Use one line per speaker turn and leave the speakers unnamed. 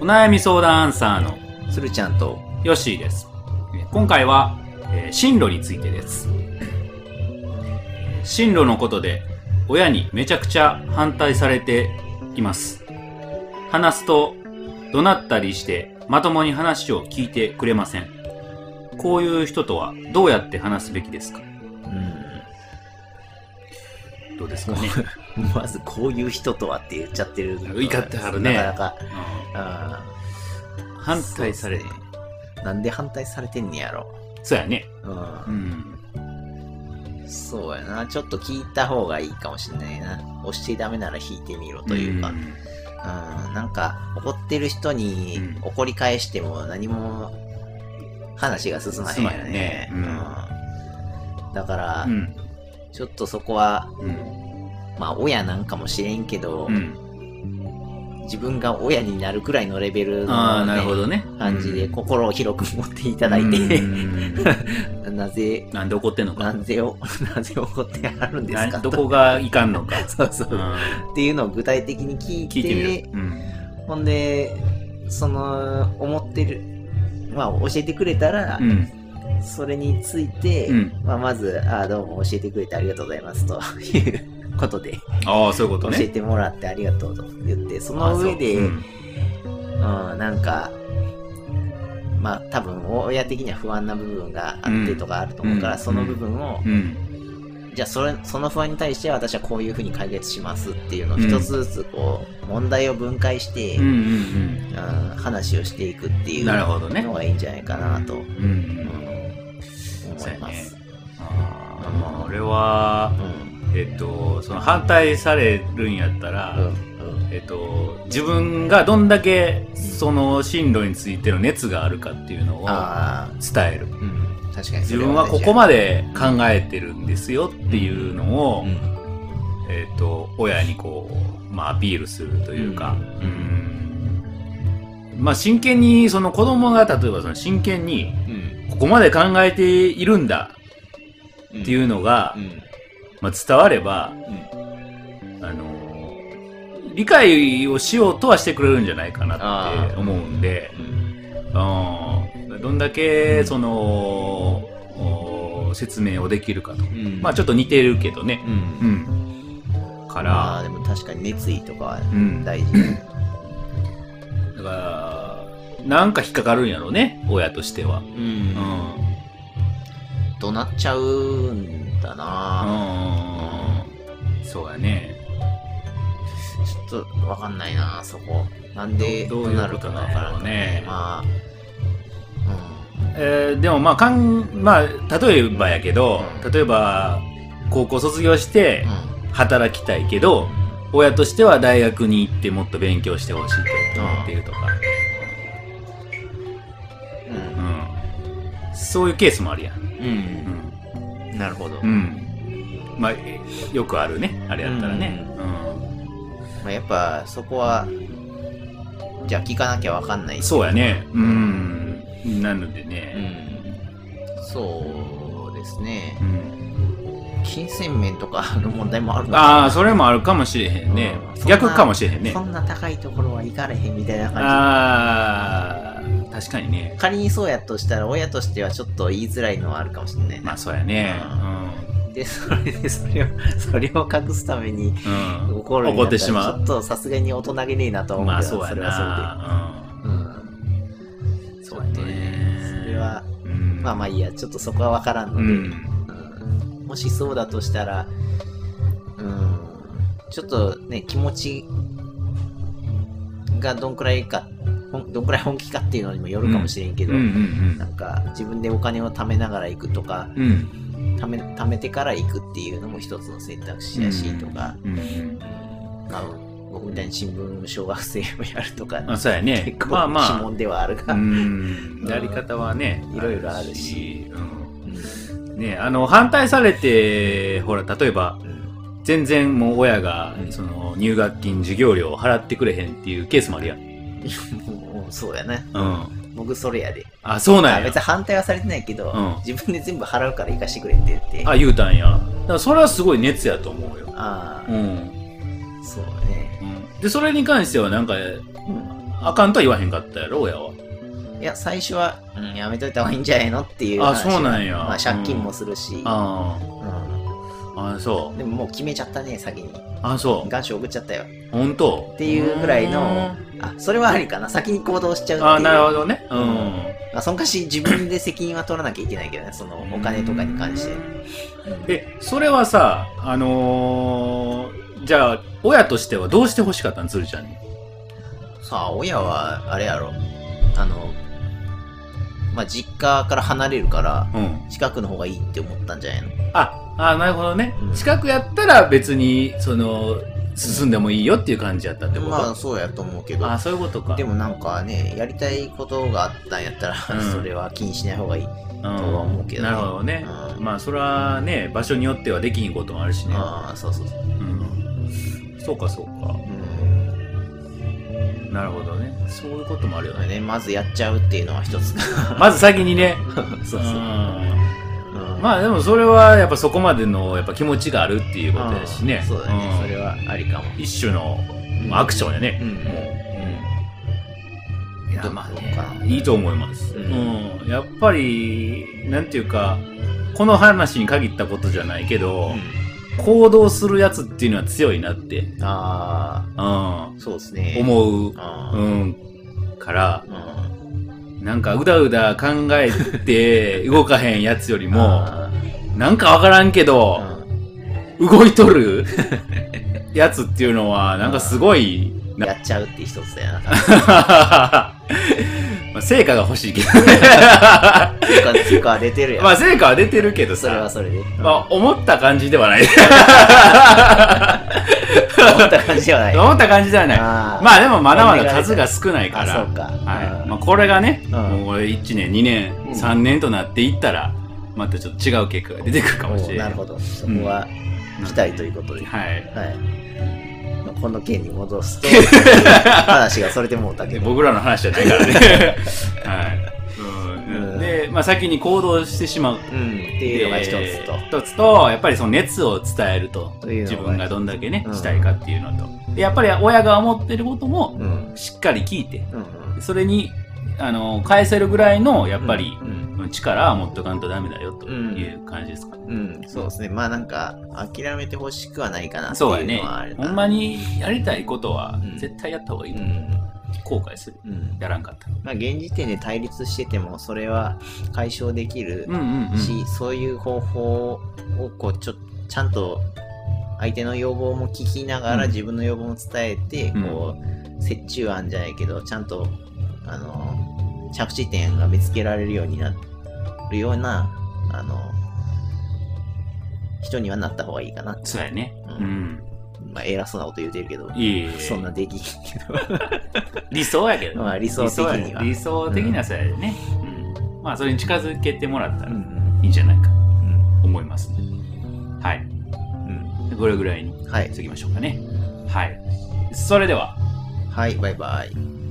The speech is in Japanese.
お悩み相談アンサーの
するちゃんと
ヨッシーです。えー今回は、えー進路についてです。えー進路のことで、親にめちゃくちゃ反対されています。話すと、怒鳴ったりして、まともに話を聞いてくれません。こういう人とはどうやって話すべきですか
う
どうですかね。
んまずこういう人とはって言っちゃってる
言い方あるね
なかなか
う
あ
ん反対される。
ーなんで反対されてんねやろ
そうやね。
うん
うん。
そうやなちょっと聞いた方がいいかもしれないな押してダメなら引いてみろというか、
ん
うんなんか怒ってる人に
うん
怒り返しても何も話が進まへんよ
進ま
ね
へん
うんだから、
うん。
ちょっとそこは
うん。
まあ親なんかもしれんけど、
うん。
自分が親になるくらいのレベル
あ
の、
あ、なるほ
ね、
どね。
感じで
い
心を広く持っていただいて、なぜ
なんで怒ってんのか。
なぜを なぜ怒ってはるんです
な
か
ど
と
こがいかんのか。
そうそうう、
ん
っていうのを具体的に聞い
聞
て
いてみる。うん。
ほんでその思ってるまあ教えてくれたら、
うん。
それについて、
うん
まあ、まず「ああどうも教えてくれてありがとうございます」ということで
ああ、そういうことね。
教えてもらってありがとうと言ってその上で、
ああそううん
うん、なんか、まあ多分親的には不安な部分があってとかあると思うから、
うん
その部分を、
うん。
じゃあそれその不安に対して私はこういうふうに解決しますっていうのを一つずつこう、問題を分解して、
う
うん
うんん
話をしていくって
う
い
ん。
う
なるほどね
の。がいいんじゃないかなと、
う
うん
ん。
思います。
ああ、まあ俺は
う、ん
えっと、その反対されるんやったら、
うん
えっと、自分がどんだけその進路についての熱があるかっていうのを
ああ、
伝える。
うん、確かに
自分はここ
で、
まで考えてるんですよっていうのを、
うん
えっと親にこう、まあ、アピールするというか、
う
うんまあ、真剣にその子供が例えばその真剣にここまで考えているんだ
うん、
っていうのが、
うん、
まあ、伝われば、あの理解をしようとはしてくれるんじゃないかなって思うんで。
うん、
うんどんだけそのお説明をできるかと、
うん、
まあちょっと似てるけどね、
うん
う、ん、か
ま
ら、
あでも確かに熱意とかは
うん、だ
大事、
からなんか引っかかるんやろね親としては、
う
うん
ん、怒鳴っちゃうんだな、
うん、そうやね
ちょっとわかんないなそこなんで
ど
ど
う
う
いう
な
こ
る
と
か
な
わ
んや
か
ろ
ら
うね
んけどまあ
えーでもまあかんまあ例えばやけど
う
例えば高校卒業して
う
働きたいけど、
ん
親としては大学に行ってもっと勉強してほしいと思っているとか、
うん
うん、そういうケースもあるやん、
うん、うん、なるほど、
う
ま
んまあえよくあるねあれやったらねうん、
あ、やっぱそこはじゃあ聞かなきゃわかんない
そうやねうんなので
う
ね、
んそうですね
うん
金銭面とかの問題もあるのかな
ああそれもあるかもしれへんね、
うん
逆かもしれへんね
そんな高いところは行かれへんみたいな感
ああ確かにね
じ仮にそうやとしたら親としてはちょっと言いづらいのはあるかもしれないな、
まあそうやね
でそれでそれをそれを隠すために
うん、うん、
怒るん
怒っ
だった
て
ら
しま
ちょっとさすがに大人げねえなとは
う
思う
まあ
けど、
そうや
れは
な
それ
うん
でうんちょっとねそれは
うん
まあまあいいやちょっとそこは分からんの
う
で、
ん
うんもしそうだとしたらうんちょっとね気持ちがどんくらいかほんどんくらい本気かっていうのにもよるかもしれんけ
うん
ど、
うんうん
なんか自分でお金を貯めながら行くとか
うん
貯め貯めてから行くっていうのも一つの選択肢やしとか、
うんうん
まあ、僕みたいに新聞小学生をやるとか、
あそうやね
結構
まあまあ
指紋ではあるが、
うんやり方はね、
いろいろあるし
あるしうんね、あの反対されてほら例えば
うん
全然もう親が
うん
その入学金授業料を払ってくれへんっていうケースもあるやん、うん、
もうそうやね僕それやで
あそうなん
あ
や
別に反対はされてないけど、
うん
自分で全部払うから行かしてくれって言って
あ言うたんやだからそれはすごい熱やと思うよ、
あ
うん
あそうね
でそれに関してはなんか
うん
あかんとは言わへんかったやろ、親は。
いや、最初は、うん、やめといた方がいいんじゃないのっていう
あ
話は。
そうなんや
まあ、借金もするし、
あ
うん
あ、あそう。
でももう決めちゃったね、先に。
あそう。
願書送っちゃったよ。
本当
っていうぐらいの
うん
あ、それはありかな。先に行動しちゃうっていう。
あなるほどね。う。
うんまあ、そのかし自分で責任は取らなきゃいけないけどね、そのお金とかに関して。うん
え、それはさ、あのーじゃあ、親としてはどうしてほしかったん、鶴ちゃんに。
さあ、親は、あれやろ。あの、まあ、実家から離れるから、
うん。
近くの方がいいって思ったんじゃないの
あ、あなるほどね
う。ん
近くやったら別に、その、進んでもいいよっていう感じやったってこと、
まあ、そうやと思うけど。
あ、そういうことか。
でもなんかね、やりたいことがあったんやったら、
うん
それは気にしない方がいい。
うん、
は思うけどね
なるほどね。
うん
まあ、それはね、場所によってはできひんこともあるしね。
ああ、そうそうそう。
うん。そうか、そうか。
うん
なるほどね。そういうこともあるよ
まあ
ね。
ね、まずやっちゃうっていうのは一つ。
まず先にね。
そうそう。
ん
うん
まあでもそれはやっぱそこまでのやっぱ気持ちがあるっていうことやしね。
うんそうだね、
ん
それはありかも。
一種のまあアクションやね。
うん
もう。うん。いや
どう
まあ
どうか
ね
ない
いと思います。う
うんん。
やっぱりなんていうかこの話に限ったことじゃないけど、行動するやつっていうのは強いなって、うん、
ああ、そうですね。
思う。
あー
うん。から
うん
なんかうだうだ考えて動かへんやつよりも
あ
なんかわからんけど。
ーうん
動いとる やつっていうのはなんかすごい な
やっちゃうって一つだよな。
まあ成果が欲しいけど
結果、結果は出てるやん。
まあ成果は出てるけど
それは
さ
それで。
まあ思った感じではない
思った感じではない。
思った感じではない
あー
まあでもまだまだ数が少ないか
あ、
ら
そうか。
はいま
あ
あ、これがね、
うん
もう1年2年
うん
3年となっていったらまたちょっと違う結果が出てくるかもし
ー
れな
ないるほど。そこは、期待ということで。は
はい
い。まあこの件に戻す と、話がそれでもうたけ
で
ど。
僕らの話じゃないから ね。はい。う、
うんん
で、まあ、先に行動してしまう。
うん。っていうのが一つと。
と。一つと、やっぱりその熱を伝えると。
というのが
自分がどんだけね、
うん
したいかっていうのと。で、やっぱり親が思ってることも、
うん。
しっかり聞いて、
うんうん。
それに、あの、返せるぐらいの、やっぱり
う、ん。
力は持っとかんとダメだよ、という感じですか。
うん、そうですね。まあなんか、諦めてほしくはないかなって
そうや
いう
ね
のはあれ。だ
ほんま。にやりたいことは
う、ん
絶対やった方がいい。
うん。
後悔する。
うん。
やらんかったら。
まあ現時点で対立してても、それは解消できる
うんうんうん。
し、そういう方法をこう、ちょ、ちゃんと相手の要望も聞きなが
う
ら
ん
自分の要望も伝えて、
うん
こう、折衷案じゃないけど、ちゃんと、あの、着地点が見つけられるようになるような、あの、人にはなった方がいいかな。
そうやね。
うん
うん。
まあ偉そうなこと言うてるけど。
いえいえ。
そんなできひんけど。
理想やけど、
まあ理想的には
理想的なさやでね、うんまあそれに近づけてもらったらいいんじゃないかと思いますねはい
うん
これぐらいに
はい
し、ときましょうかねはいそれでは
はい、バイバイ。